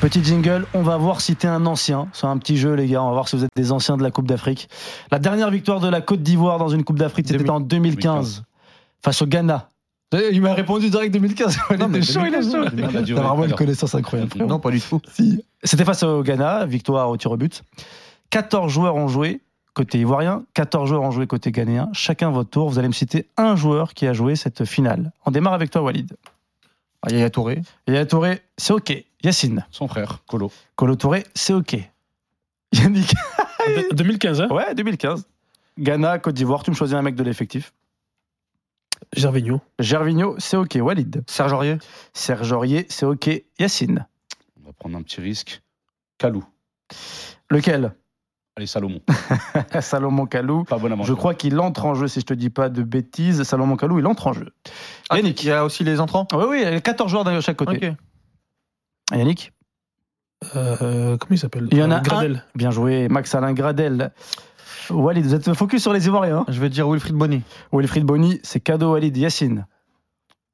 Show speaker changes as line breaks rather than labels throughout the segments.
Petit jingle, on va voir si t'es un ancien. C'est un petit jeu, les gars. On va voir si vous êtes des anciens de la Coupe d'Afrique. La dernière victoire de la Côte d'Ivoire dans une Coupe d'Afrique, c'était
2000
en 2015, face au Ghana. Il m'a répondu direct 2015. Il
Non, mais
était chaud, il est
2015,
chaud.
non, la durée,
T'as vraiment une
alors.
connaissance incroyable. frérot.
Non, pas du tout.
Si. C'était face au Ghana, victoire au tir au but. 14 joueurs ont joué côté ivoirien, 14 joueurs ont joué côté ghanéen. Chacun votre tour. Vous allez me citer un joueur qui a joué cette finale. On démarre avec toi, Walid.
Ah, Yaya Touré,
Yaya Touré, c'est OK. Yacine.
son frère, Colo.
Colo Touré, c'est OK. Yannick.
De- 2015, hein
Ouais, 2015. Ghana, Côte d'Ivoire, tu me choisis un mec de l'effectif.
Gervinho.
Gervinho, c'est OK. Walid.
Serge Aurier.
Serge Aurier, c'est OK. Yacine.
On va prendre un petit risque. Calou.
Lequel
Allez, Salomon.
Salomon Kalou.
Pas bon à
Je crois qu'il entre en jeu, si je te dis pas de bêtises. Salomon Kalou, il entre en jeu.
Ah,
Yannick.
Il y a aussi les entrants.
Ah Oui, oui, il y a 14 joueurs de chaque côté.
Ok.
Yannick
Euh, comment il s'appelle
Il y en a un.
Gradel.
Bien joué, Max Alain Gradel. Walid, vous êtes focus sur les Ivoiriens. hein
Je vais dire Wilfried Bonny.
Wilfried Bonny, c'est cadeau Walid. Yacine.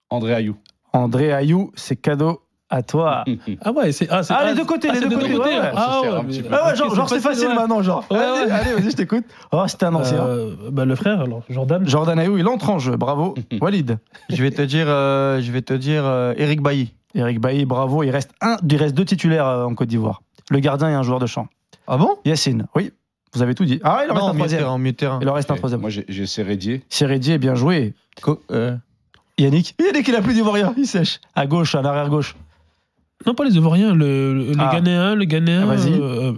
André Ayou.
André Ayou, c'est cadeau à toi.
Ah ouais, c'est. Ah, c'est-
Ah, les deux côtés,
ah,
les
c'est
deux
des
côtés, ouais, ouais.
On
Ah
se
ouais,
sert un
mais-
petit peu.
Ah ouais, genre, genre, c'est facile
ouais.
maintenant, genre.
Ouais,
Allez,
ouais.
allez, vas-y, je t'écoute. Oh, c'était un ancien.
Euh, bah, le frère, alors, Jordan.
Jordan Ayou, il entre en jeu, bravo. Walid.
Je vais te dire, euh, je vais te dire euh, Eric Bailly.
Eric Bailly, bravo. Il reste, un, il reste deux titulaires euh, en Côte d'Ivoire. Le gardien et un joueur de champ.
Ah bon
Yacine, oui, vous avez tout dit. Ah, il en reste
Non,
un
en milieu de
troisième.
terrain. en milieu de terrain.
Il en reste un
Ok.
troisième.
Moi, j'ai j'ai Serredier.
Serredier, bien joué.
Co- euh,
Yannick. Yannick, il a plus d'Ivoirien, il sèche. À gauche, à l'arrière gauche.
Non, pas les Ivoiriens, le, le,
Ah.
le Ghanéen, le Ghanéen.
Ah, vas-y.
euh, euh,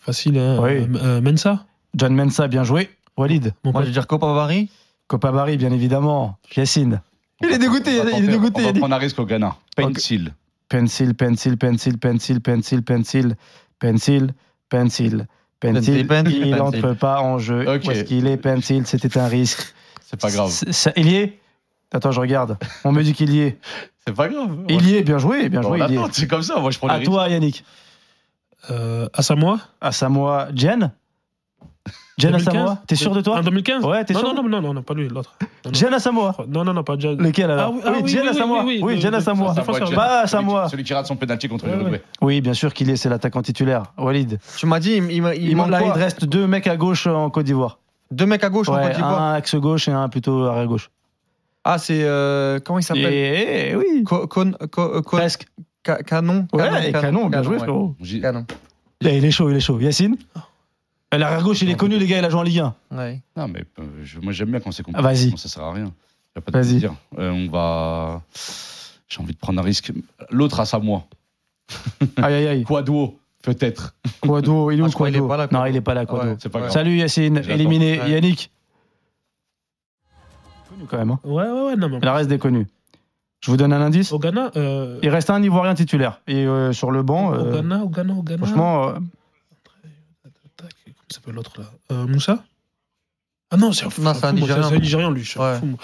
facile, hein,
Oui.
euh, euh, Mensa.
John Mensa, bien joué. Walid.
Mon
Moi, je
pote.
vais dire Copavary.
Copabari, bien évidemment. Yacine. Il est dégoûté,
On va
il est
tenter-
dégoûté,
On va
Yannick.
prendre un risque au Ghana. Pencil.
Pencil, pencil, pencil, pencil, pencil, pencil, pencil, pencil, pencil.
Pencil, pencil,
Il
pencil.
n'entre pas en jeu.
Ok.
Où est-ce qu'il est, pencil C'était un risque.
C'est pas grave.
C'est- c'est- Il y est Attends, je regarde. On me dit qu'il y est.
C'est pas grave.
Il y est, bien joué, bien
On
joué. il y est.
attend, C'est comme ça. Moi, je prends les
À
risques.
toi, Yannick.
Euh, à Samoa.
À Samoa, Jen Jen à
2015.
Samoa T'es sûr de toi
En 2015
Ouais, t'es sûr
Non, non, non, non, non, pas lui, l'autre. Non, non.
Jen à Samoa
Non, non, non, pas John.
Lequel alors
Ah oui, ah oui,
Jen
oui,
à
oui,
Samoa.
oui,
Oui,
oui, le-
Jen à
le-
Samoa.
ça,
Samoa,
Samoa,
Jen.
Pas à
Celui qui-
Samoa.
Celui qui rate son pénalty contre
Ouais,
l'Uruguay.
Oui, bien sûr qu'il est, c'est l'attaquant titulaire. Walid.
Tu m'as dit, il, il, il
Il,
manque
là, il
quoi
te reste deux mecs à gauche en Côte d'Ivoire.
deux mecs à gauche en
Ouais,
Côte d'Ivoire.
un axe gauche et un plutôt arrière gauche.
Ah, c'est euh, comment il s'appelle
Et eh oui.
Co- Con- Co- euh, Co-
Presque.
Ca- Canon.
Ouais, et canon, bien joué,
ouais.
frérot.
J'ai-
Canon.
Eh, il est chaud, il est chaud. Yacine Eh, L'arrière gauche, il est connu, les gars, il a joué en Ligue 1.
Ouais.
Non, mais euh, je- moi, j'aime bien quand c'est compliqué.
Ah, vas-y.
sinon, Ça sert à rien. Y a pas de
Vas-y.
plaisir. Euh, on va. J'ai envie de prendre un risque. L'autre à Samoa.
Aïe, aïe, aïe.
Quaduo, peut-être.
Quado, il est où
Ah, je crois qu'il
Quado
est pas là,
Non,
Quado.
il est pas là, Quado.
Ouais.
C'est pas grave.
Salut Yacine,
J'attends.
éliminé.
Ouais.
Yannick. Connu quand même. hein.
Ouais, ouais, ouais, non, mais.
Il reste déconnu. Je vous donne un indice.
Au Ghana. euh,
Il reste un Ivoirien titulaire. Et euh, sur le banc,
Au
euh,
Ghana, au Ghana, au Ghana.
franchement, euh,
Tac, Comment s'appelle l'autre là Euh, Moussa Ah non, c'est un fou,
Non, c'est un
moi,
Nigérian.
C'est un Nigérian, lui. je suis un
Ouais.
fou, moi.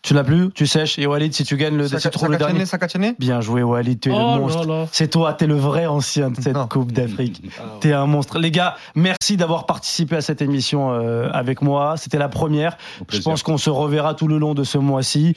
tu l'as plus, tu sèches. Et Walid, si tu gagnes le, si tu trouves le dernier.
Sakachene, Sakachene
Bien joué, Walid, tu es le
Oh
monstre.
là là.
C'est toi, t'es le vrai ancien de cette
Non.
Coupe d'Afrique. T'es un monstre. Les gars, merci d'avoir participé à cette émission euh, avec moi. C'était la première.
Au
Je
plaisir.
pense qu'on se reverra tout le long de ce mois-ci.